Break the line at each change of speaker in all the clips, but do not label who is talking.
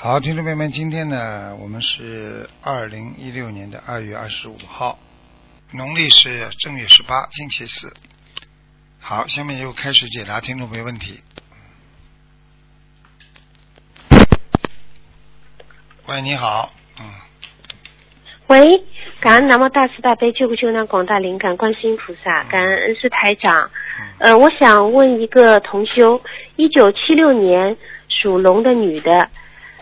好，听众朋友们，今天呢，我们是二零一六年的二月二十五号，农历是正月十八，星期四。好，下面就开始解答听众朋友问题。喂，你好，嗯，
喂，感恩南无大慈大悲救苦救难广大灵感观世音菩萨，感恩恩师台长。呃，我想问一个同修，一九七六年属龙的女的，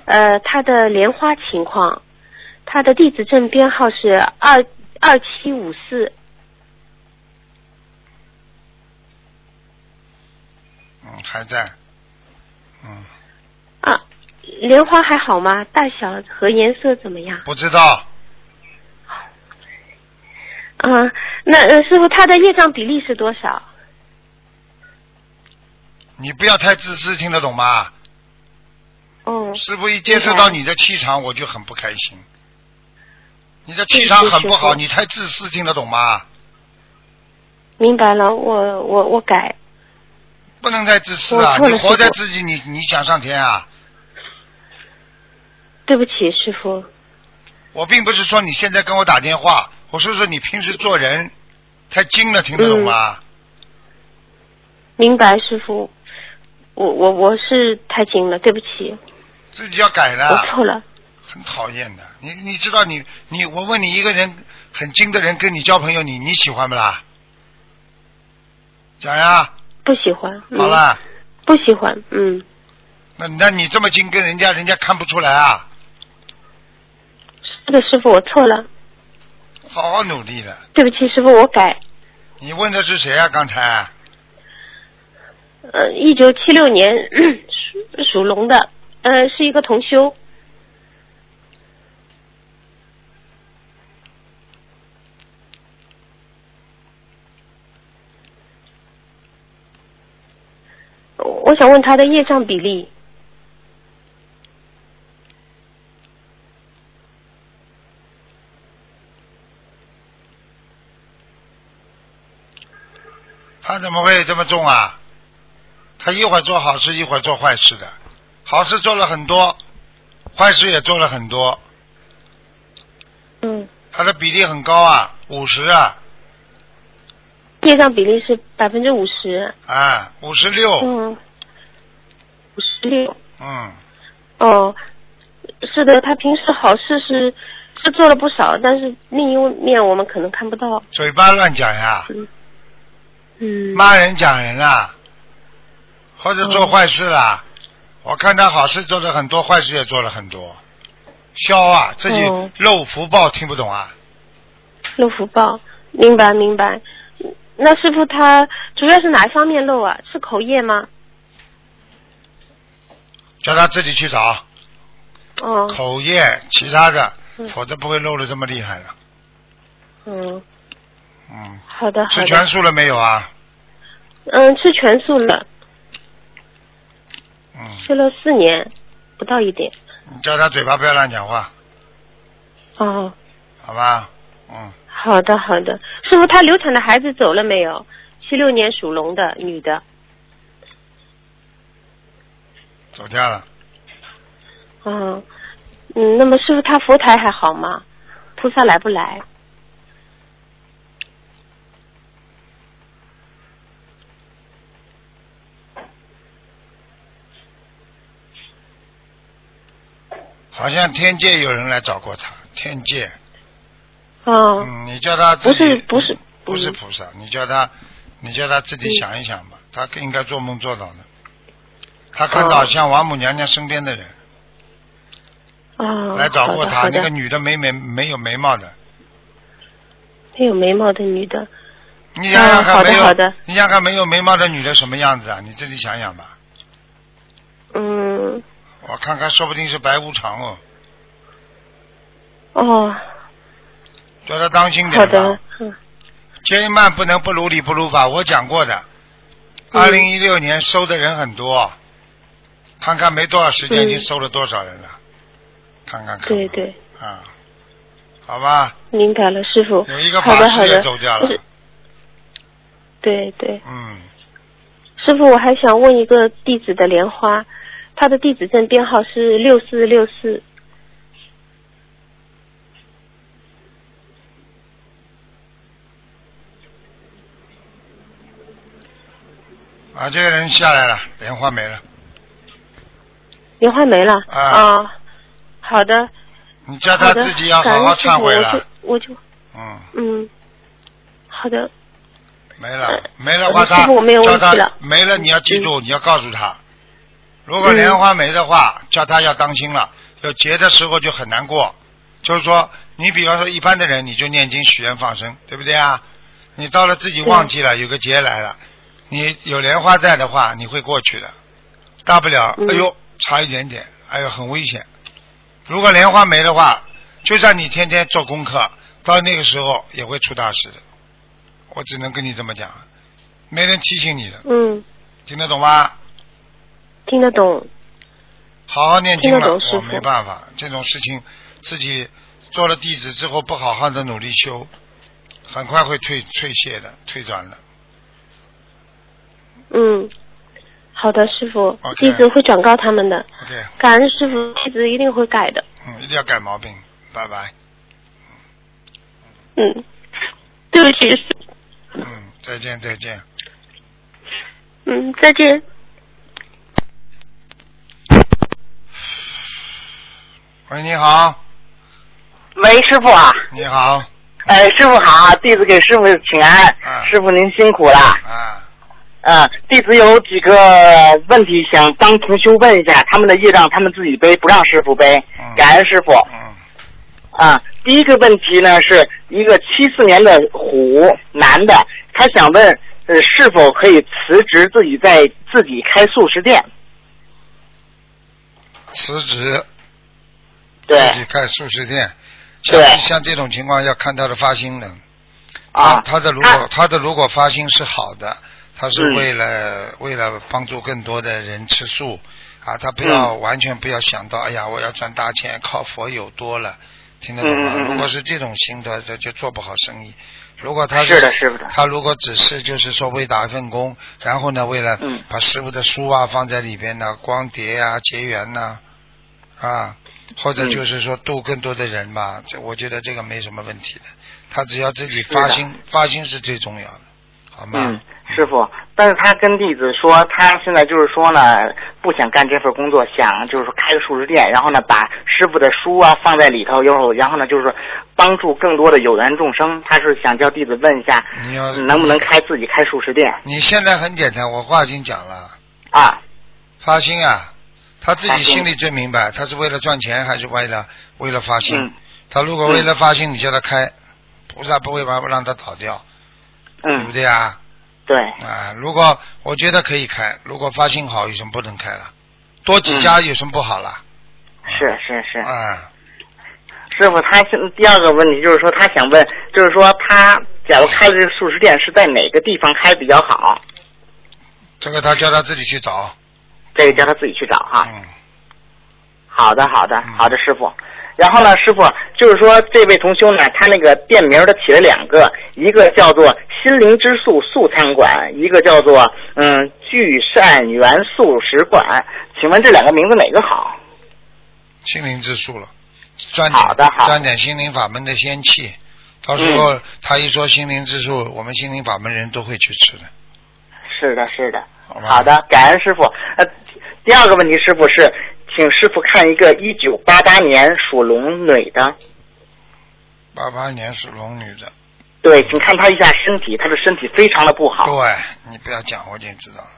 呃，她的莲花情况，她的地址证编号是二二七五四，
嗯，还在，嗯，
啊，莲花还好吗？大小和颜色怎么样？
不知道，
啊，那呃，师傅，她的业障比例是多少？
你不要太自私，听得懂吗？
哦，
师傅一接触到你的气场，我就很不开心。你的气场很不好，
对对对
你太自私，听得懂吗？
明白了，我我我改，
不能太自私啊！
我错
你
了
活在
师傅
自己，你你想上天啊？
对不起，师傅。
我并不是说你现在跟我打电话，我是说你平时做人太精了，听得懂
嗯
吗？
明白，师傅，我我我是太精了，对不起，
自己要改
我
了，
错了。
很讨厌的。你你知道你你我问你一个人很精的人跟你交朋友，你你喜欢不啦？讲呀，
不喜欢，嗯、
好，了，
不喜欢，嗯，
那那你这么精跟人家人家看不出来啊？
是的，师傅，我错了，
好好努力了。
对不起，师傅，我改。
你问的是谁啊？刚才
呃，一九七六年属属龙的，呃，是一个同修，我想问他的业障比例，
他怎么会这么重啊？他一会儿做好事，一会儿做坏事的。好事做了很多，坏事也做了很多。
嗯，
他的比例很高啊，五十啊，
业障比例是百分之五十，
啊，五十六，
嗯，五十六。
嗯，
哦，是的，他平时好事是是做了不少，但是另一面我们可能看不到。
嘴巴乱讲呀，
嗯，
骂人讲人啊，或者做坏事啦。
嗯
我看他好事做了很多，坏事也做了很多。消啊，自己
哦
漏福报，听不懂啊？
漏福报，明白明白。那师傅他主要是哪一方面漏啊？是口业吗？
叫他自己去找。
哦，
口业，其他的，
嗯
否则不会漏的这么厉害了。
嗯，
嗯，
好的啊好
吃全
的。
素了没有啊？
嗯，吃全素了，
嗯，
吃了四年，不到一点。
你叫他嘴巴不要乱讲话，
哦，
好吧？嗯，
好的好的。师傅他流产的孩子走了没有？七六年属龙的女的。
走掉了。
嗯，嗯，那么师傅他佛台还好吗？菩萨来不来？
好像天界有人来找过他，天界，
哦，
嗯，你叫他自
不
己
是不是
不是
嗯
菩萨，你叫他，你叫他自己
嗯
想一想吧，他应该做梦做到的。他看到
哦
像王母娘娘身边的人
哦，
来找过他，
好的
那
好
个
的，
女的没眉没有眉毛的，
没有眉毛的女的，
你想想看
嗯好的
没有
好的？
你想想看没有眉毛的女的什么样子啊？你自己想想吧。
嗯，
我看看，说不定是白无常哦，
哦，
叫他当心
好
点
的
吧。，
嗯，
千万不能不如理不如法，我讲过的。
嗯
二零一六年收的人很多，看看没多少时间，
嗯
已经收了多少人了，看看看吧。
对对，
啊，好吧，
明白了，师傅，
有一个
好
法
的好
师也
的，
走掉
不
了
是。对对，
嗯，
师傅，我还想问一个弟子的莲花，他的地址证编号是六四六四。
啊，这个人下来了，莲花没了。
莲花没了。
啊
哦好的，
你叫
好
他
的
自己要
感
好
恩
好
师傅，
忏悔
我
了
就。我就
嗯，
嗯，好的，
没了，没了
呃
话
师
他
傅我没有
叫
问
他
题了嗯
没了，你要记住，你要告诉他，如果莲花没的话，叫他要当心了，有劫的时候就很难过。就是说，你比方说一般的人，你就念经许愿放生，对不对啊？你到了自己忘记
嗯
了，有个劫来了，你有莲花在的话，你会过去的，大不了，
嗯
哎呦，差一点点，哎呦，很危险。如果莲花没的话，就算你天天做功课，到那个时候也会出大事的。我只能跟你这么讲，没人提醒你的，
嗯，
听得懂吗？
听得懂，
好好念经
听得
了
懂师，傅
我没办法，这种事情自己做了弟子之后不好好的努力修，很快会退退卸的、退转的。
嗯，好的，师傅
OK
弟子会转告他们的，
OK，
感恩师傅，弟子一定会改的，
嗯，一定要改毛病，拜拜。
嗯，对不起，师傅
嗯，再见再见。
嗯，再见。
喂，你好，
喂，师傅啊，
你好，
呃，师傅好，弟子给师傅请安，
嗯
师傅您辛苦了。
啊，
嗯、弟子有几个问题想帮同修问一下，他们的业障他们自己背，不让师傅背
嗯，
感恩师傅。
嗯，
啊、第一个问题呢是一个七四年的虎男的，他想问，呃，是否可以辞职自己在自己开素食店？
辞职，
对，
自己开素食店，像
对
像这种情况要看他的发心的。
啊，
他他的如果他的如果发心是好的，他
嗯
是为了、为了帮助更多的人吃素啊，他不要、
嗯
完全不要想到，哎呀，我要赚大钱，靠佛友多了，听得懂吗？
嗯嗯嗯嗯
如果是这种心的，这就做不好生意。如果他
是的是的
他如果只是就是说为打一份工，然后呢，为了
嗯
把师傅的书啊放在里边呢、光碟啊、结缘呐、啊，或者
嗯
就是说度更多的人吧，这我觉得这个没什么问题的。他只要自己发心，发心是最重要的，好吗？
嗯，师傅，但是他跟弟子说，他现在就是说呢，不想干这份工作，想就是说开个素食店，然后呢，把师傅的书啊放在里头，然后然后呢，就是说帮助更多的有缘众生。他是想叫弟子问一下，
你要
能不能开自己开素食店
你现在很简单，我话已经讲了，
啊？
嗯发心啊，他自
发
己
心
心里最明白，他是为了赚钱还是为了为了发心？
嗯
他如果
嗯
为了发心，你叫他开，菩萨不会把让他倒掉，对不
嗯，
对啊？
对，
啊，如果我觉得可以开，如果发心好，有什么不能开了？多几家有什么不好了？
嗯是是是。
啊，
师傅，他现第二个问题就是说，他想问，就是说他假如开的这个素食店是在哪个地方开比较好？
这个他叫他自己去找。
这个叫他自己去找哈。
嗯，
好的，好的
嗯，
好的，师傅。然后呢，师傅就是说，这位同修呢，他那个店名儿他起了两个，一个叫做“心灵之宿素餐馆”，一个叫做“嗯聚善园素食馆”。请问这两个名字哪个好？
心灵之树了，赚点
好的好的嗯
赚点心灵法门的仙气。到时候他一说心灵之树，我们心灵法门人都会去吃的，
是的，是的。
好吗？
嗯好。的，感恩师傅。呃，第二个问题，师傅是请师傅看一个一九八八年属龙女的，
八八年属龙女的，
对，请看她一下身体，她的身体非常的不好。
对你不要讲，我已经知道了。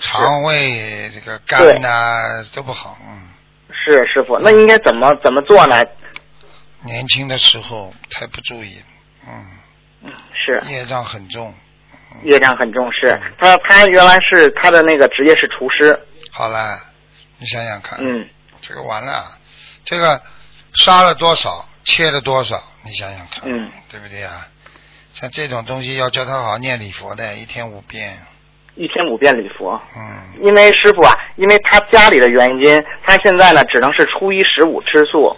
是
肠胃这个肝呐、都不好，嗯，
是师傅，那应该怎么怎么做呢？
年轻的时候太不注意，嗯，
嗯，是。
业障很重。
业障很重视。他他原来是他的那个职业是厨师，
好啦，你想想看，
嗯，
这个完了，这个杀了多少，切了多少，你想想看，
嗯
对不对啊？像这种东西要教他好好念礼佛的，一天五遍，
一天五遍礼佛。
嗯，
因为师傅啊，因为他家里的原因，他现在呢只能是初一十五吃素。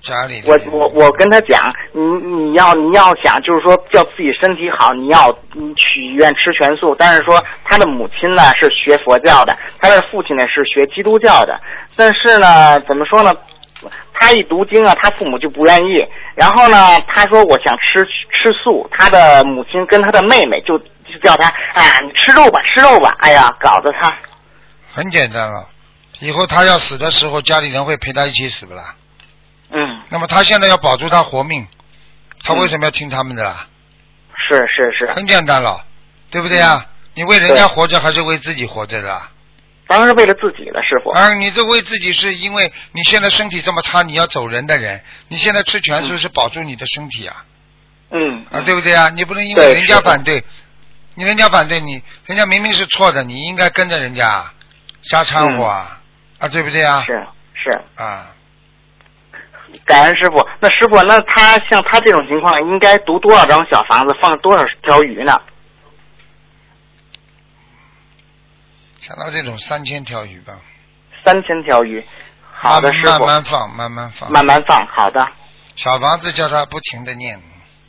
家里的
我我我跟他讲，你你要你要想就是说叫自己身体好，你要嗯你许愿吃全素。但是说他的母亲呢是学佛教的，他的父亲呢是学基督教的。但是呢，怎么说呢？他一读经啊，他父母就不愿意。然后呢，他说我想吃吃素，他的母亲跟他的妹妹就就叫他啊，你吃肉吧，吃肉吧。哎呀，搞得他
很简单了。以后他要死的时候，家里人会陪他一起死不啦？
嗯，
那么他现在要保住他活命，他为什么要听他们的啦？
是是是，
很简单了，对不对啊？
嗯
你为人家活着还是为自己活着的啊？
当然是为了自己的师傅。
而你这为自己是因为你现在身体这么差，你要走人的人，你现在吃全素是保住你的身体啊，
嗯
啊，对不对啊？你不能因为
对
人家
是的
反对，你人家反对你，人家明明是错的，你应该跟着人家啊瞎掺和啊，啊，对不对啊？
嗯是是，
啊，
感恩师傅。那师傅，那他像他这种情况，应该读多少张小房子，放多少条鱼呢？
像他这种三千条鱼吧，
三千条鱼。好
慢
的，
慢
师
慢
傅，
慢放，慢慢放，
慢慢放。好的，
小房子叫他不停的念，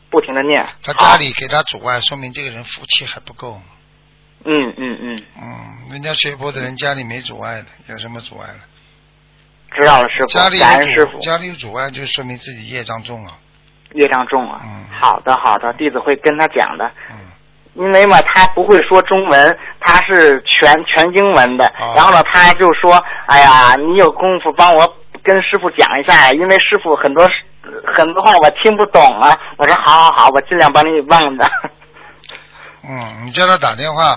不停的念。
他家
好。
里给他阻碍，说明这个人福气还不够。
嗯嗯嗯，
嗯，人家学佛的人家里没阻碍的，有什么阻碍了？
知道了，师
家里
傅。感恩师
有
傅
阻，，家里有阻碍，就说明自己业障重了。
业障重啊
嗯。
好的好的，弟子会跟他讲的。
嗯，
因为嘛，他不会说中文，他是全全英文的。
哦
然后呢，他就说：“哎呀，你有功夫帮我跟师傅讲一下，因为师傅很多很多话我听不懂啊。”我说：“好好好，我尽量帮你忘的。
嗯，你叫他打电话，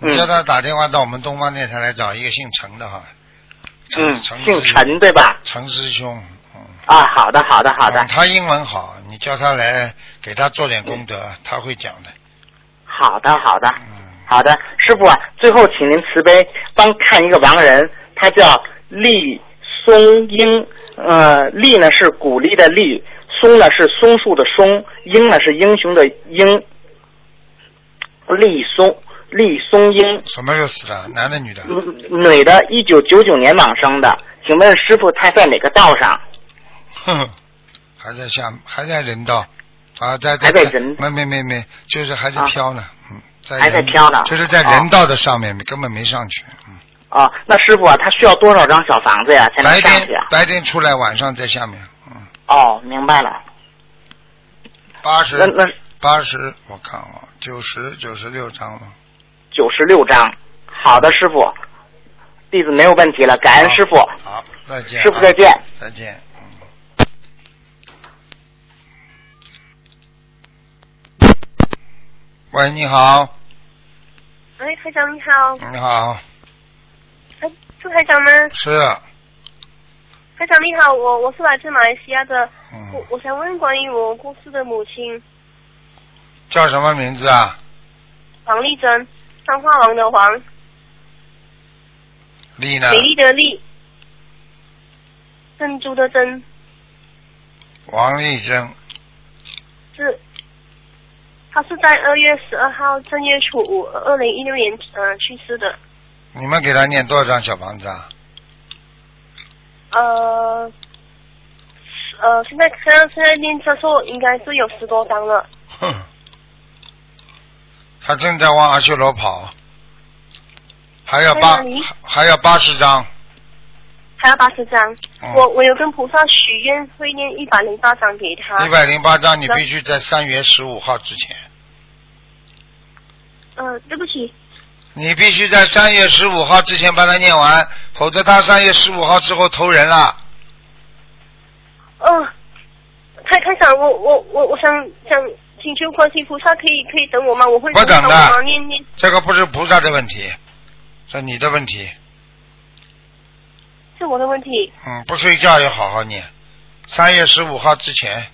嗯
你叫他打电话到我们东方电台来找一个姓陈的哈。”
嗯
陈，陈
姓
师
陈对吧？
陈师兄，嗯，
啊，好的，好的，好的
嗯，他英文好，你叫他来给他做点功
嗯
德，他会讲的。
好的，好的，
嗯，
好的。师傅啊，最后请您慈悲帮看一个亡人，他叫厉松英。呃，厉呢是鼓励的厉，松呢是松树的松，英呢是英雄的英。厉松，厉松英，
什么时候死的？男的女的？
嗯女的，一九九九年往生的。请问师傅，她在哪个道上？
哼，还在下，还在人道，啊，在
还在人
没没没没，就是还在
啊
飘呢，嗯，在
还在
人
飘呢
就是在
哦
人道的上面，根本没上去，嗯，
啊，那师傅啊，他需要多少张小房子呀、才能
白
上
天
去啊？
白天出来，晚上在下面，嗯，
哦，明白了。
八
那
十
那
八十，我看啊，九十九十六张了，
九十六张。好的，师傅，弟子没有问题了，感恩
好
师傅，
好，再见啊，
师傅再见。
再见，嗯。喂，你好，
喂，哎台长你好，
你好，
哎，是台长吗？
是，
台长你好，我我是来自马来西亚的，我
嗯，
我想问关于我过世的母亲
叫什么名字啊？
黄丽珍，张化王的黄，
丽呢？
美丽的丽，珍珠的珍
王丽珍，
是，她是在二月十二号正月初五，二零一六年呃去世的，
你们给他念多少张小房子啊？
呃呃现在现在现在念车数应该是有十多张了，
哼，他正在往阿修罗跑，还要八
在哪里
还还要八十张。
还要八十张，
嗯
我我有跟菩萨许愿会念一百零八张给她。
一百零八张，你
啊那
必须在三月十五号之前，
呃，对不起，
你必须在三月十五号之前把它念完，否则他三月十五号之后投人了。
哦，开开场，我我我我想想请求观世音菩萨，可以可以等我吗？我会
不等的
我吗念念
这个不是菩萨的问题，这你的问题。
是我的问题，
嗯，不睡觉要好好念，三月十五号之前，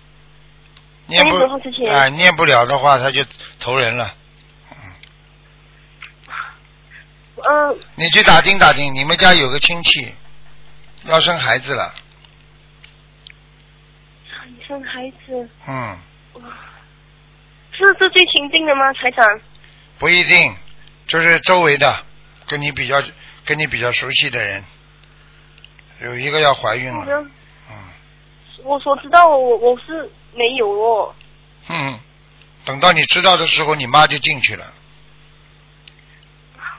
念不
三月15号之前
哎、念不了的话他就投人了。
嗯、
你去打听打听，你们家有个亲戚要生孩子了，
你生孩子
嗯，
是是最亲近的吗？台长，
不一定，就是周围的，跟你比较跟你比较熟悉的人，有一个要怀孕了，
我的
嗯，
我所知道我我是没有哦。
嗯，等到你知道的时候，你妈就进去了。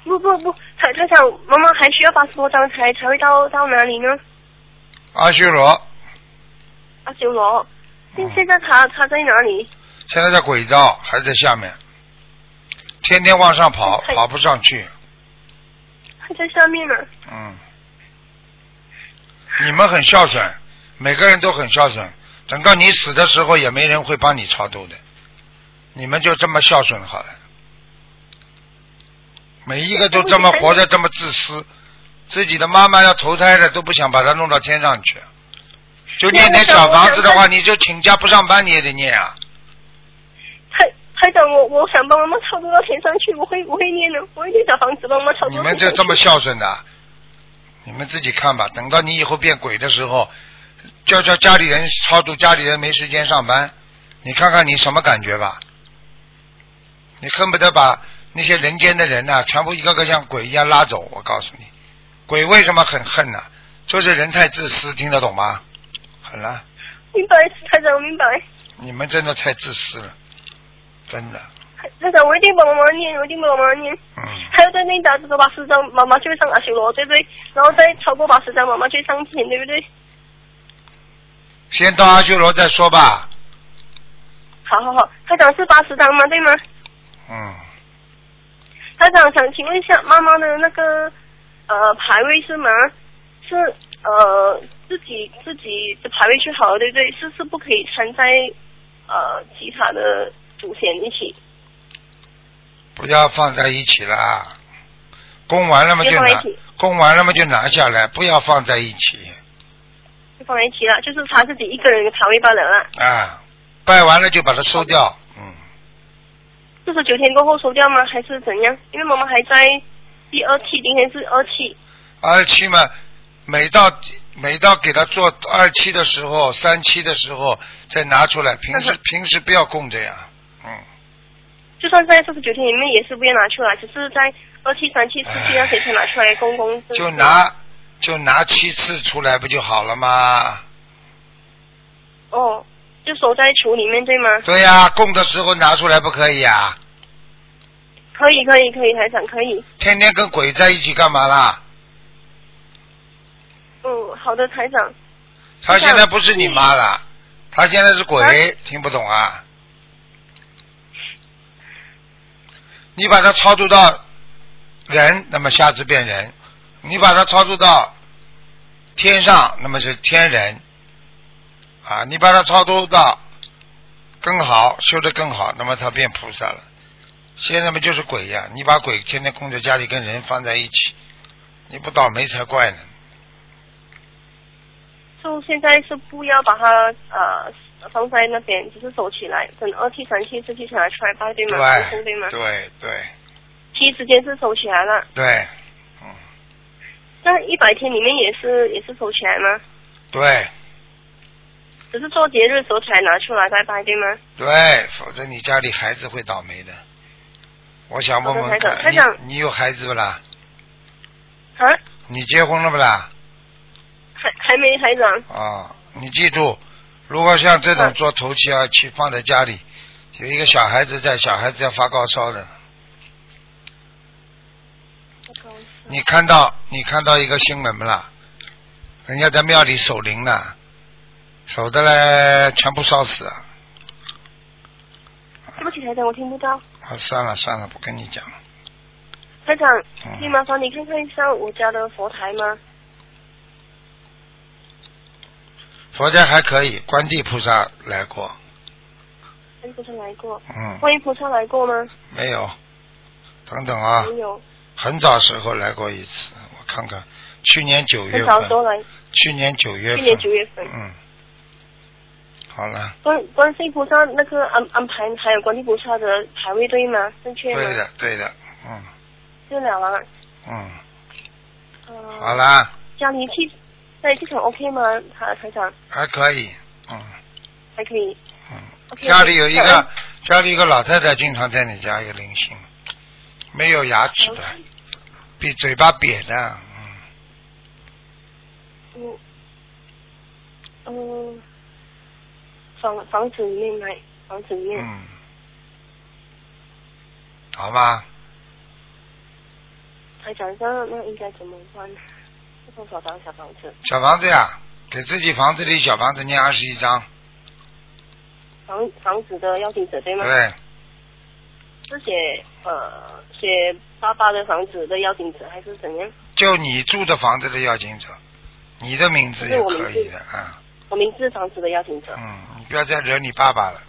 不不不，台台长，妈妈还需要八十多张才才会到到哪里呢？
阿修罗
阿修罗，啊现
嗯
现在他他在哪里？
现在在轨道，还在下面，天天往上跑，
太
跑不上去。
他在下面呢。
嗯，你们很孝顺，每个人都很孝顺。等到你死的时候，也没人会帮你超度的。你们就这么孝顺好了，每一个都这么活着，这么自私，自己的妈妈要投胎了都不想把她弄到天上去。就念点小房子的话，你就请假不上班，你也得念啊。
台台长，我我想帮妈妈操作到天上去，我会我会念的，我会念小房子帮妈妈操作。
你们就这么？孝顺的，你们自己看吧。等到你以后变鬼的时候，叫叫家里人超度，家里人没时间上班，你看看你什么感觉吧。你恨不得把那些人间的人呐、全部一个个像鬼一样拉走。我告诉你，鬼为什么很恨呢、就是人太自私，听得懂吗？好了，
明白，台长，我明白。
你们真的太自私了，真的，
台长，我一定帮妈妈念，我一定帮妈妈念。
嗯。
还有在那打这个八十张，妈妈就会上阿修罗，对不对？然后再超过八十张，妈妈就会上天，对不对？
先到阿修罗再说吧，
好好好，台长是八十张吗？对吗？
嗯。
台长想请问一下，妈妈的那个呃排位是吗？是呃自己自己的排位就好了，对不对？是是不可以掺在呃其他的祖先一起。
不要放在一起啦，供完了嘛就
别放
拿
在一起，
供完了嘛就拿下来，不要放在一起
就放在一起了，就是他自己一个人的肠胃罢了啦。
啊。拜完了就把它收掉，嗯，
就是九天过后收掉吗？还是怎样？因为妈妈还在第二期，今天是二期，
二期嘛，每到每到给他做二期的时候、三期的时候再拿出来，平时
嗯
平时不要供这样，嗯，
就算在四十九天里面也是不要拿出来，只是在二期、三期、四期那些才拿出来公公。
就拿就拿七次出来不就好了吗？
嗯哦，就收在橱里面对吗？
对呀、供的时候拿出来不可以啊？
可以可以可以，台长可以。
天天跟鬼在一起干嘛啦？
嗯，好的，台长。
他现在不是你妈了，他现在是鬼，
啊
听不懂啊？你把他超度到人，那么下次变人；你把他超度到天上，那么是天人。啊，你把他超度到更好，修得更好，那么他变菩萨了。现在嘛就是鬼呀、你把鬼天天供在家里，跟人放在一起，你不倒霉才怪呢。
就现在是不要把它呃放在那边，只是收起来，等二期、三期、四期才拿出来拜对吗？公公对吗
对？对对
期之间是收起来了。
对嗯
那一百天里面也是也是收起来吗？
对，
只是做节日的时候才拿出来拜拜，对吗？
对，否则你家里孩子会倒霉的。我想问问
好的
看，
台长台
你你有孩子不啦？
啊，
你结婚了不啦？
还还没台长，
啊、你记住，如果像这种
嗯
做头七二七放在家里，有一个小孩子在，小孩子要发高烧的，你看到你看到一个新闻不啦？人家在庙里守灵呢，守的嘞全部烧死啊！
对不起台长，我听不到。
啊，算了算了，不跟你讲了。
台长，可以
嗯，
麻烦你看看一下我家的佛台吗？
佛家还可以，观地菩萨来过，
观音菩萨来过，
嗯，
观音菩萨来过吗？
没有。等等啊。
没有，
很早时候来过一次，我看看，去年九
很
月
早时
份，
候来，
去年九月
去
份，
年九月份。
嗯，好了，
观观世音菩萨那个安安排还有观世音菩萨的排位对吗？正确
对
吗？
的，对的，嗯
对了啊，
嗯，
嗯、
好啦，
家里气，家里气场 OK 吗？台台长
还可以，嗯
还可以。
嗯，
OK，
家里有一
感恩
个，家里有一个老太太，经常在你家有灵性，没有牙齿的，比嘴巴瘪的，嗯，
嗯，嗯，房房子里面买房子里面。
嗯，好吧，
台长，那那应该怎么办？要不找到小房子，
小房子呀，给自己房子里小房子念二十一章，
房房子的邀请者对吗？
对，
是写呃写爸爸的房子的邀请者还是怎样？
就你住的房子的要经者，你的名字也可以的啊，
我名字房子的邀请者。
嗯，你不要再惹你爸爸了。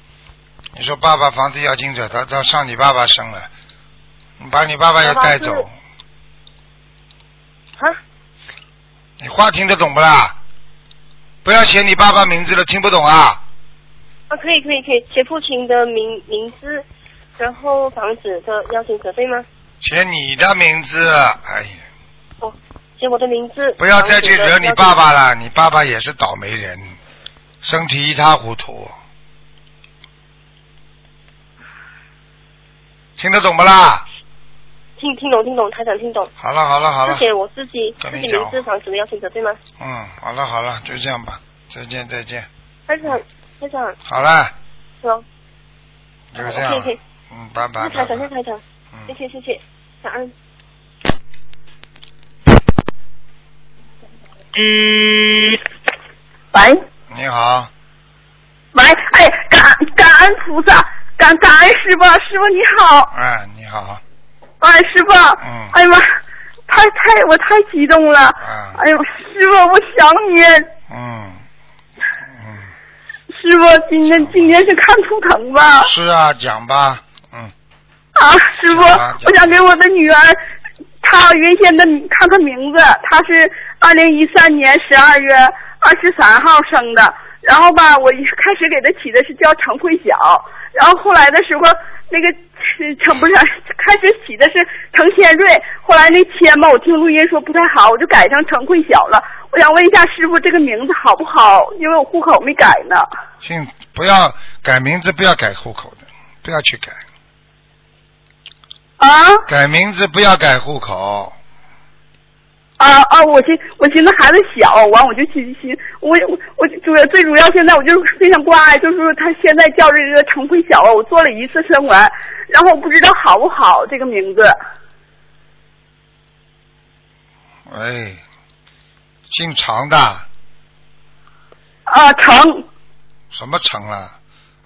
你说爸爸房子要经者，他他上你爸爸身了，你把你爸爸也带走，
爸爸啊，
你话听得懂不啦？不要写你爸爸名字了，听不懂啊？
啊，可以可以可以，写父亲的名名字，然后房子的邀请者对吗？
写你的名字，哎呀，
哦，写我的名字。
不要再去惹你爸爸
了。
了，你爸爸也是倒霉人，身体一塌糊涂。听得懂不啦？
听听懂听懂，台长听懂。
好了好了好
是
了，
写我自己自
跟你
己
讲
名字房子的邀请者对吗？
嗯，好了好了，就这样吧，再见再见，
台长台长，
好了，
是哦。
就这样
谢谢
了，嗯，拜拜
谢
拜
谢台长，谢谢
拜，
台长，谢
嗯。
谢谢谢，感恩。
喂
嗯你好，
喂，哎，感感恩菩萨，感感恩师傅，师傅你好，
哎，你好，
哎，师傅，
嗯
哎呀妈，太太我太激动了，
啊，
哎呦，师傅我想你，
嗯，嗯，
师傅今天今天是看图腾吧？
是啊，讲吧，嗯，
啊，师傅，
讲吧讲
我想给我的女儿，她原先的看看名字，她是二零一三年十二月二十三号生的。然后吧，我一开始给她起的是叫陈慧晓，然后后来的时候，那个呃陈不是开始起的是陈先瑞，后来那谦吧，我听录音说不太好，我就改成陈慧晓了。我想问一下师傅，这个名字好不好？因为我户口没改呢。
姓不要改名字，不要改户口的，不要去改，
啊
改名字不要改户口，
啊啊！我寻我寻思孩子小，完我就寻寻我我我主要最主要现在我就是非常挂碍，就是说他现在叫这个陈慧晓啊，我做了一次生完，然后我不知道好不好这个名字。
哎，姓常的，
啊，程
什么常了？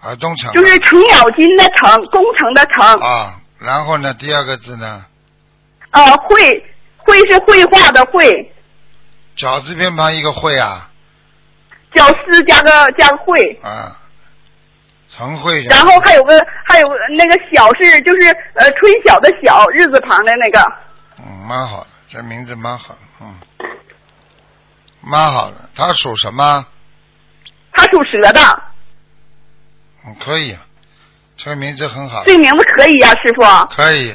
耳东城
就是程咬金的程，工程的程，
啊，然后呢，第二个字呢，
啊，绘绘是绘画的绘，
饺字边旁一个会啊
绞丝加个加个绘，
啊，陈会
然后还有个还有个那个晓是就是呃春晓的晓，日字旁的那个。
嗯，蛮好的，这名字蛮好的，嗯，蛮好的。他属什么？
他属蛇的，
嗯，可以，这个名字很好，
这名字可以呀、师傅。
可以。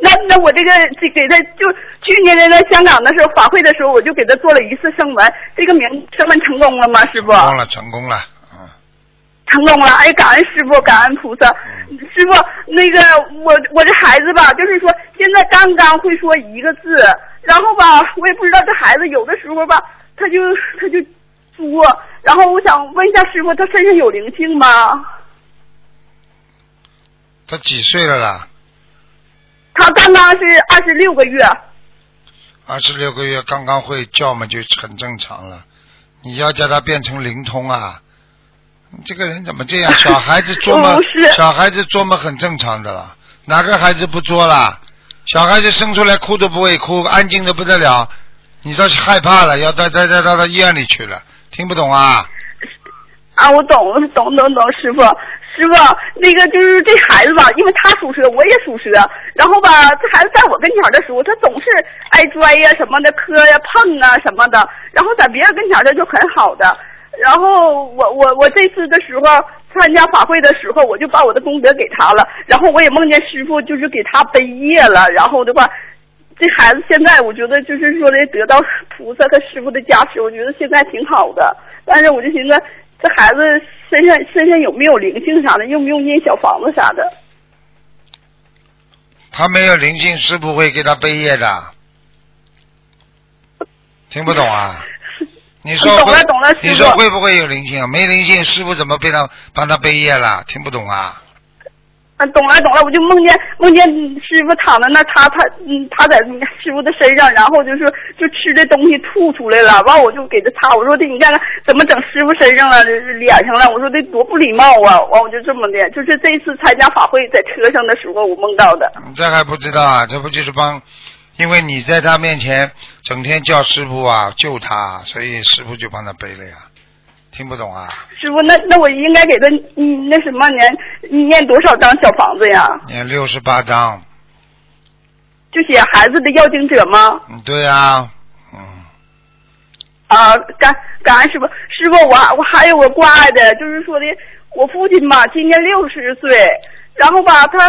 那那我这个这给他就去年在香港的时候法会的时候，我就给他做了一次声纹，这个名声纹成功了吗？师
成
傅，
功了，成功了，嗯，
成功了！哎，感恩师傅，感恩菩萨。
嗯
师傅，那个我我这孩子吧，就是说现在刚刚会说一个字，然后吧，我也不知道这孩子有的时候吧，他就他就作，然后我想问一下师傅，他身上有灵性吗？
他几岁了啦？
他刚刚是二十六个月。
二十六个月刚刚会叫嘛，就很正常了。你要叫他变成灵通啊？你这个人怎么这样？小孩子做 梦
不是，
小孩子做梦很正常的了，哪个孩子不做啦？小孩子生出来哭都不会哭，安静的不得了。你倒是害怕了，要带带带到到医院里去了，听不懂啊？
啊，我懂， 懂懂懂，师傅，师傅，那个就是这孩子吧，因为他属蛇，我也属蛇，然后吧，这孩子在我跟前儿的时候，他总是挨摔呀、什么的，磕呀、碰啊什么的，然后在别人跟前儿他就很好的。然后我我我这次的时候参加法会的时候，我就把我的功德给他了，然后我也梦见师傅就是给他背业了，然后的话，这孩子现在我觉得就是说的得到菩萨和师傅的加持，我觉得现在挺好的。但是我就寻思，这孩子身上身上有没有灵性啥的，用不用念小房子啥的？
他没有灵性，师 傅会给他背业的。听不懂啊？你说
懂了
会
懂了师傅
你说会不会有灵性啊？没灵性，师傅怎么被他帮他背业了？听不懂啊？
啊，懂了懂了，我就梦见梦见师傅躺在那儿，他他嗯他在师傅的身上，然后就是就吃的东西吐出来了，完我就给他擦，我说的你看看怎么整师傅身上了脸上了，我说的多不礼貌啊，完我就这么的，就是这次参加法会在车上的时候我梦到的，
你这还不知道啊？这不就是帮？因为你在他面前整天叫师傅啊救他，所以师傅就帮他背了呀。听不懂啊？
师傅那那我应该给他嗯那什么念念多少张小房子呀？
念六十八章，
就写孩子的要经者吗？
嗯，对啊，嗯，
啊，感感恩师傅，师傅，我还我还有个挂碍的，就是说的，我父亲吧，今年六十岁，然后吧，他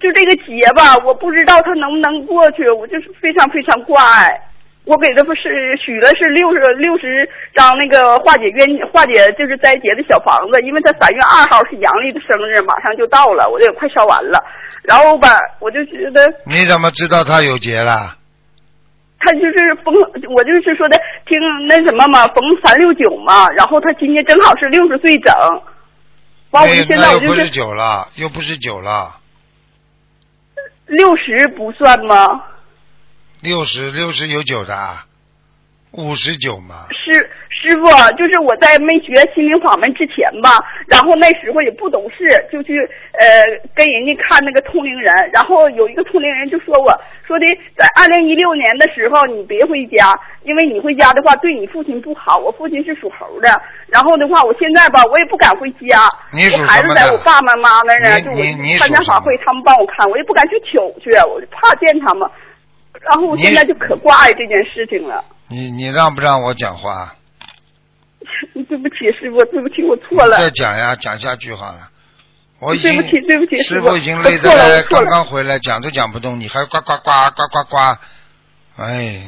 就这个劫吧，我不知道他能不能过去，我就是非常非常挂碍。我给他不是许了是六十六十张那个化解冤化解就是灾劫的小房子，因为他三月二号是阳历的生日，马上就到了，我这也快烧完了。然后吧，我就觉得
你怎么知道他有劫了？
他就是逢，我就是说的听那什么嘛，逢三六九嘛，然后他今年正好是六十岁整，完我
那
就现
哎那
在
又
我就
不是
是
酒了，又不是酒了，
六十不算吗？
六十六十有酒的啊，五十九嘛。
师师傅，就是我在没学心灵法门之前吧，然后那时候也不懂事，就去呃跟人家看那个通灵人，然后有一个通灵人就说我说的，在二零一六年的时候你别回家，因为你回家的话对你父亲不好，我父亲是属猴的，然后的话我现在吧我也不敢回家，
你属
我孩
什
子
么
在
的
我爸爸妈妈那儿呢，
你
就
你你
我参加
属什
法会
么
他们帮我看，我也不敢去求去，我就怕见他们，然后我
你
现在就可挂碍这件事情了。
你你让不让我讲话？啊
对不起，师傅，对不起，我错了
你。再讲呀，讲下去好了。我已经
对不起对不起
师
师傅
已经累得
我错了
来
我错
刚
了
刚回来，讲都讲不动，你还呱呱呱呱呱呱，哎，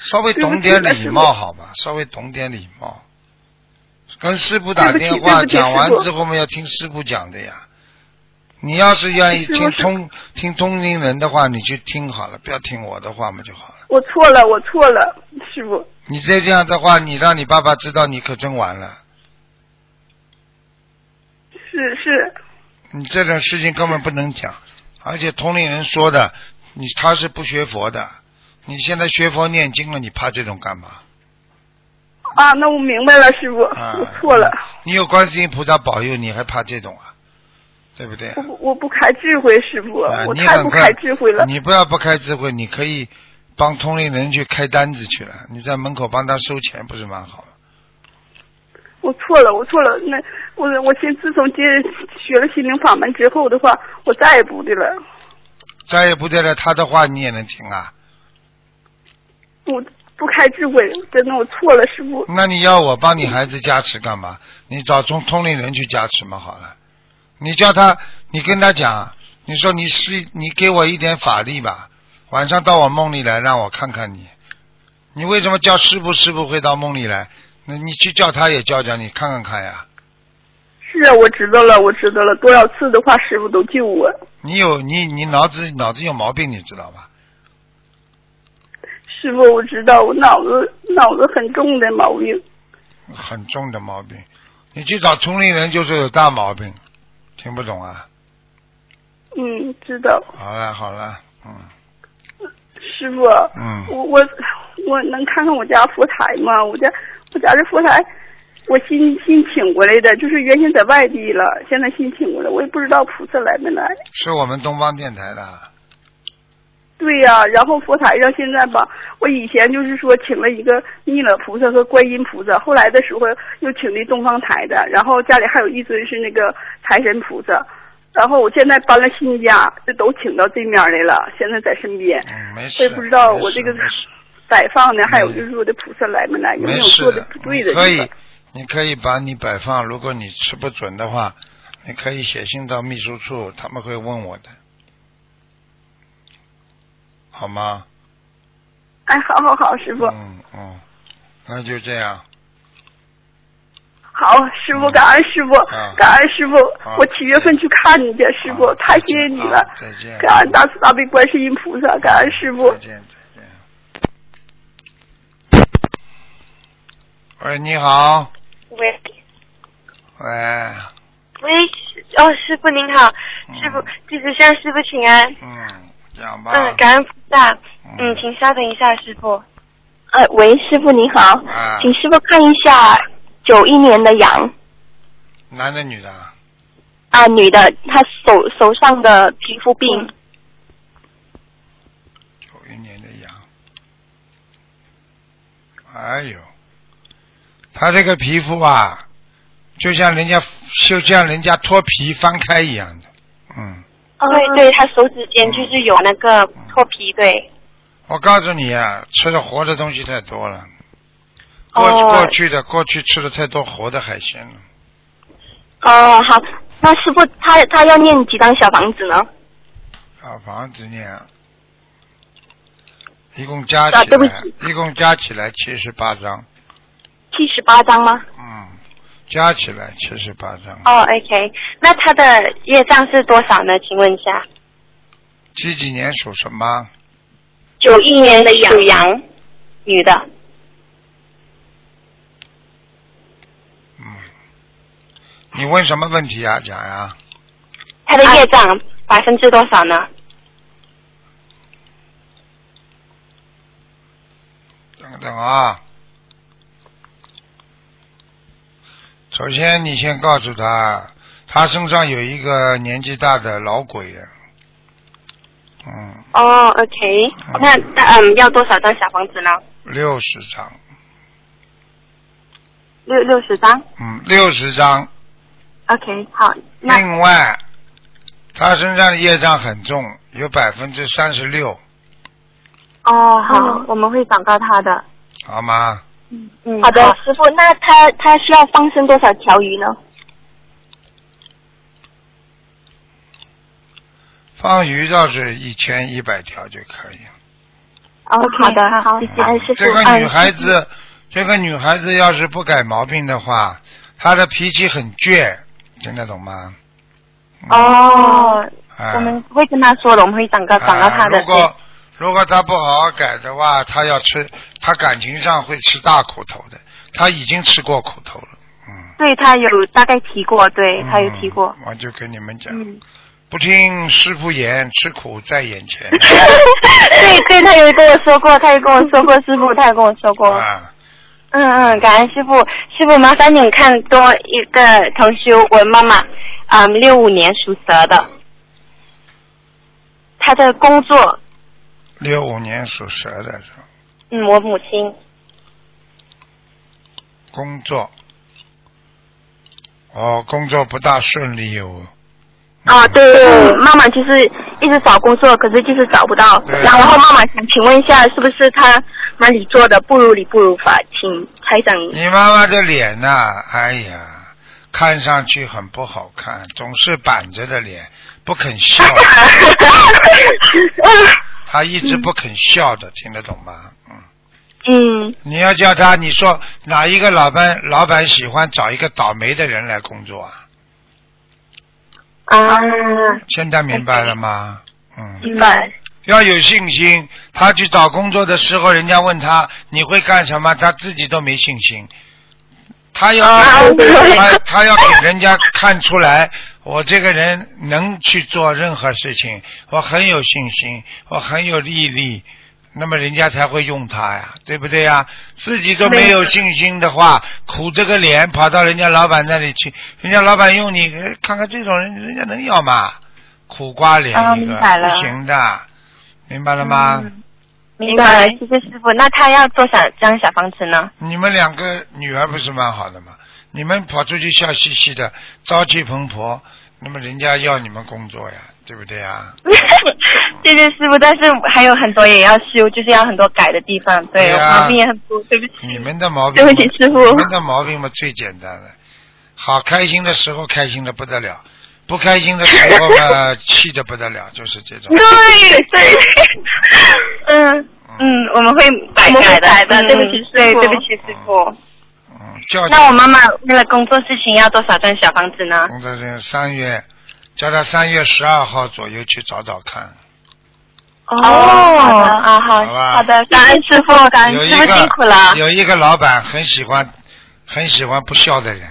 稍微懂点
对不起
礼貌好吧，稍微懂点礼貌。跟师傅打
对不起
电话
对不起
讲完
师傅
之后，我们要听师傅讲的呀。你要是愿意
师傅
听
是
通听通灵人的话，你去听好了，不要听我的话嘛就好了。
我错了，我错了，师傅，
你再这样的话，你让你爸爸知道，你可真完了。
是是，
你嗯这种事情根本不能讲，而且同龄人说的，你他是不学佛的，你现在学佛念经了，你怕这种干嘛？
啊，那我明白了，师傅，
啊
我错了，
你有观世音菩萨保佑，你还怕这种啊？对不对啊
我？不我不开智慧，师傅，
啊
我
你
太
很
不
快
开智慧了，
你不要不开智慧，你可以帮同龄人去开单子去了，你在门口帮他收钱，不是蛮好吗？
我错了，我错了，那我我先自从接学了心灵法门之后的话，我再也不的了，
再也不对了，他的话你也能听啊？
我不开智慧，真的我错了，师傅，
那你要我帮你孩子加持干嘛？你找中通灵人去加持嘛，好了。你叫他，你跟他讲，你说你是你给我一点法力吧，晚上到我梦里来让我看看你。你为什么叫师傅？师傅会到梦里来？那你去叫他也叫叫你看看看呀。
是啊，我知道了，我知道了，多少次的话，师傅都救我，
你有你你脑子脑子有毛病，你知道吧？
师傅，我知道，我脑子脑子很重的毛病，
很重的毛病。你去找通灵人就是有大毛病，听不懂啊？
嗯，知道。
好了好了，嗯
师傅，
嗯
我我我能看看我家佛台吗？我家我家这佛台，我新新请过来的，就是原先在外地了，现在新请过来，我也不知道菩萨来没来。
是我们东方电台的啊。
对呀、然后佛台上现在吧，我以前就是说请了一个弥勒菩萨和观音菩萨，后来的时候又请的东方台的，然后家里还有一尊是那个财神菩萨，然后我现在搬了新家，这都请到这面来了，现在在身边。
嗯，没事。
我也不知道
没
我
事
这个
没事
摆放呢，还有就是我的菩萨来没来，有
嗯
没
没
有
事
做的
的
不对的
你可
地方
以？，你可以把你摆放。如果你吃不准的话，你可以写信到秘书处，他们会问我的，好吗？
哎，好好好，师傅，
嗯嗯，那就这样。
好，师傅，感恩师傅
嗯啊，
感恩师傅
好，
我七月份去看你去，师
好
傅，
再
太谢谢
见
你
啊
了，
再见。
感恩大慈大悲观世音菩萨，感恩师傅
再。见再见。喂，你好，
喂
喂，
喂，哦，师傅您好，师傅
嗯
弟子向师傅请安。
嗯，讲吧，
嗯，感恩菩萨。
嗯
嗯，请稍等一下，师傅。
哎
呃，喂，师傅您好，
啊，
请师傅看一下九一年的羊
男的女的啊？
啊，女的，她手手上的皮肤病，
九一年的羊，哎呦，他这个皮肤啊，就像人家就像人家脱皮翻开一样的，嗯，
对对，她手指间就是有那个脱皮，对，
我告诉你啊，吃的活的东西太多了，过、
哦
过去的过去吃的太多活的海鲜了，
哦，好，那师傅哦她她要念几张小房子呢？
啊，房子念，一共加
啊
起
对不
来、
起
一共加起来七十八张，
七十八张吗？
嗯，加起来七十八张，
哦，OK，那她的业障是多少呢？请问一下。
几几年属什么？
九一年的羊，属羊，女的。
嗯，你问什么问题啊？讲呀、
她的业障百分之多少呢？
等等啊。首先，你先告诉他，他身上有一个年纪大的老鬼呀、嗯，
哦，OK，
嗯
那那嗯，要多少张小房子呢？
六十张，
六六十张。
嗯，六十张。
OK，好，那
另外，他身上的业障很重，有百分之三十六，
哦好，我们会转告他的。
好吗？
嗯，好的，师傅，那他他需要放生多少条鱼呢？
放鱼倒是一千一百条就可以。
哦，好的，好，谢谢，嗯师
这
傅，
个女
嗯，
孩子，这个女孩子要是不改毛病的话，她的脾气很倔，听得懂吗？
哦，
啊、
我们会跟他说的，我们会转告转告他
啊
的
如。果如果她不好好改的话，她要吃，她感情上会吃大苦头的。她已经吃过苦头了，嗯。
对他有大概提过，对他有提过
嗯。。我就跟你们讲，
嗯，
不听师傅言，吃苦在眼前。
对对，他有跟我说过，他有跟我说过，师傅，他有跟我说过。
啊，
嗯嗯，感恩师傅，师傅麻烦你看多一个同修，我妈妈，嗯，六五年属蛇的，她的工作，
六五年属蛇的是吧
嗯，我母亲，
工作，哦，工作不大顺利哦。
啊，对妈妈就是一直找工作，可是就是找不到，
对
然后妈妈想请问一下，是不是她哪里做的不如理不如法，请台长，
你妈妈的脸呐、哎呀，看上去很不好看，总是板着的脸，不肯笑，她一直不肯笑的，听得懂吗？嗯，
嗯，
你要叫她，你说哪一个老板老板喜欢找一个倒霉的人来工作啊？
啊，
现在明白了吗？嗯，
明白，
要有信心。他去找工作的时候，人家问他你会干什么，他自己都没信心。他要、他他要给人家看出来，我这个人能去做任何事情，我很有信心，我很有毅力，那么人家才会用他呀，对不对呀？自己都没有信心的话，苦着个脸跑到人家老板那里去，人家老板用你，哎看看这种人，人家能要吗？苦瓜脸
啊
一个，
明白了嗯
不行的，明白了吗？
明白，谢谢师傅，那她要做小张小房子呢？
你们两个女儿不是蛮好的吗？你们跑出去笑嘻嘻的，朝气蓬勃，那么人家要你们工作呀，对不对呀？
谢谢师傅，但是还有很多也要修，就是要很多改的地方。对，
对
我
啊
毛病也很多，对不起。
你们的毛病，
对不起师傅
你们的毛病嘛最简单了，好开心的时候开心的不得了，不开心的时候 嘛气的不得了，就是这种。
对对，嗯嗯，我们会改改的，
改的
嗯
对不起师傅
对对不起师傅。
嗯，叫
那我妈妈为了工作事情要多少张小房子呢？
工作人三月，叫他三月十二号左右去找找看，
哦，啊
好吧
哦 好好的，感恩师傅，感
有
恩
一
师傅
个
辛苦了。
有一个老板很喜欢很喜欢不孝 的人。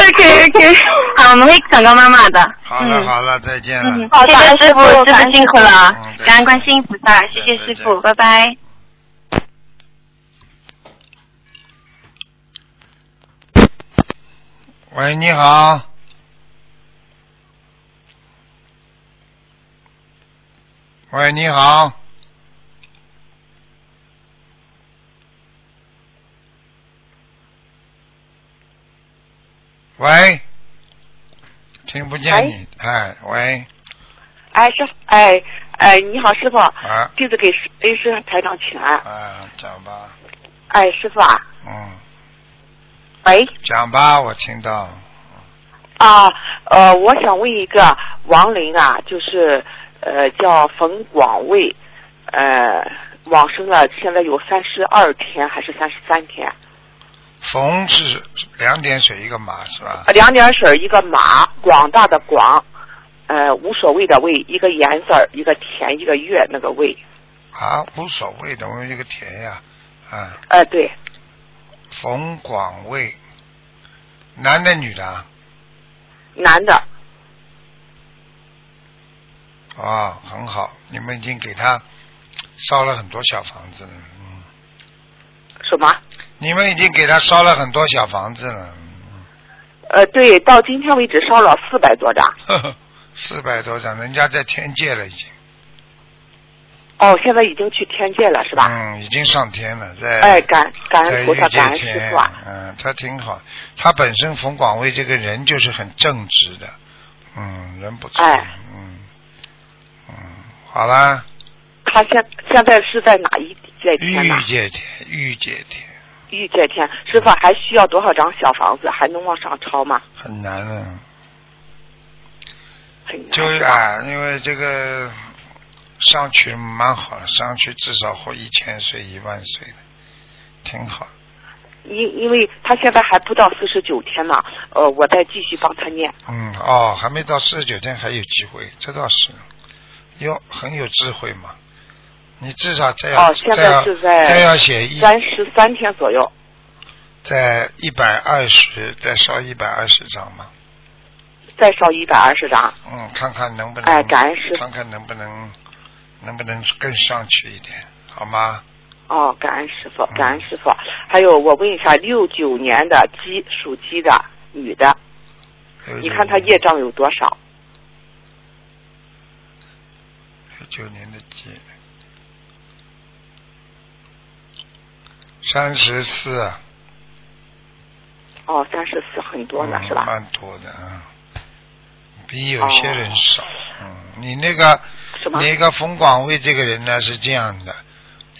OK OK，啊，我们会转告妈妈的。
好了
嗯
好了，再见了。
谢谢师傅，师傅辛苦了啊
嗯，对
感恩观世音菩萨，谢谢
对
师
对
傅，拜拜。
喂，你好。喂，你好。喂，听不见你，哎，喂，
哎，师傅，哎哎，你好，师傅，
啊
弟子给师恩师台长请安。
啊，讲吧，
哎，师傅啊，
嗯，
喂
讲吧，我听到了，
啊，呃，我想问一个亡灵啊，就是呃叫冯广卫，呃，往生了，现在有三十二天还是三十三天？
冯是两点水一个马是吧？
呃两点水一个马，广大的广，呃，无所谓的谓，一个言字儿，一个田，一个月那个谓。
啊，无所谓的，我们这个田呀，啊，
呃，对，
冯广卫，男的女的啊？
男的，
啊、很好，你们已经给他烧了很多小房子了，嗯，
什么？
你们已经给他烧了很多小房子了，
呃，对，到今天为止烧了四百多张。
四百多张，人家在天界了已经，
哦，现在已经去天界了是吧？
嗯，已经上天了，在
哎，感感
在
恩
欲
菩萨，感
界
恩师
天
傅啊！，
嗯，他挺好，他本身冯广卫这个人就是很正直的，嗯，人不错，
哎
嗯嗯，好啦，
他现现在是在哪一界哎天呢？
欲界天，欲界天。
欲界天，师傅还需要多少张小房子？还能往上超吗？
很难了，
很难
就是
吧？
啊，因为这个上去蛮好的，上去至少活一千岁、一万岁的，挺好。
因因为他现在还不到四十九天呢，呃，我再继续帮他念。
嗯，哦，还没到四十九天还有机会，这倒是，有很有智慧嘛。你至少再要、
哦现在
再要
是在
再要写一
三十三天左右，
在一百二十，再烧一百二十张嘛。
再烧一百二十张。
嗯，看看能不能，
哎感恩师父
看看能不能，能不能更上去一点，好吗？
哦，感恩师
嗯
傅，感恩师傅。还有，我问一下，六九年的鸡，属鸡的女的，你看
嗯
她业障有多少？
九年的鸡，三十四，啊
哦，三十四，很多呢，
嗯
是吧？哦
蛮多的啊，比有些人少。嗯，你那个
什么？
你那个冯广卫这个人呢是这样的，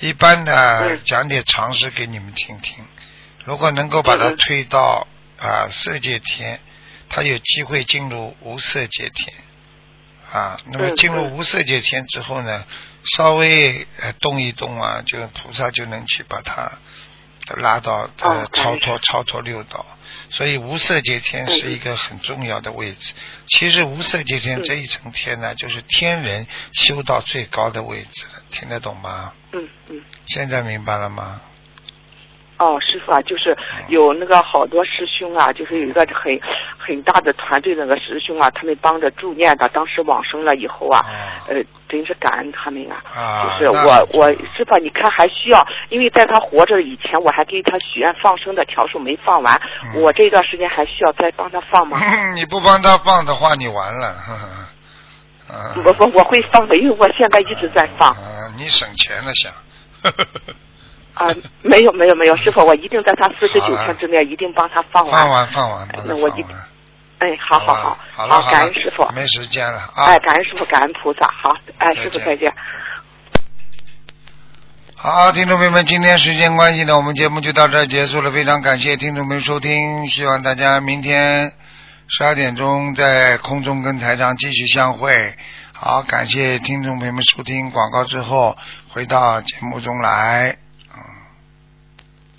一般呢
嗯
讲点常识给你们听听，如果能够把他
嗯嗯
推到啊色界天，他有机会进入无色界天。啊，那么
嗯
进入
嗯
无色界天之后呢，稍微呃动一动啊，就菩萨就能去把他拉到呃
哦
超
感
脱超脱六道，所以无色界天是一个很重要的位置。其实无色界天
嗯
这一层天呢，就是天人修到最高的位置了，听得懂吗？
嗯嗯。
现在明白了吗？
哦，师傅啊，就是有那个好多师兄啊，就是有一个很很大的团队那个师兄啊，他们帮着助念的，当时往生了以后啊，
啊
呃，真是感恩他们啊。
啊，
就是
那
我我师傅啊，你看还需要，因为在他活着以前，我还给他许愿放生的条数没放完，
嗯
我这段时间还需要再帮他放吗？
你不帮他放的话，你完了。呵呵啊
我我我会放的，因为我现在一直在放
啊，你省钱了 想。
啊、没有没有没有，师傅，我一定在他四十
嗯好
九
了
天之内一定帮他放完。
放完放完，把它
那我
放
一
完
哎，好好好
吧，了好
感
了
恩师傅。
没时间了啊。
哎，感恩师傅，感恩菩萨。好，哎，
再
师傅
见
再见。
好，听众朋友们，今天时间关系呢，我们节目就到这儿结束了。非常感谢听众朋友收听，希望大家明天十二点钟在空中跟台长继续相会。好，感谢听众朋友们收听广告之后回到节目中来。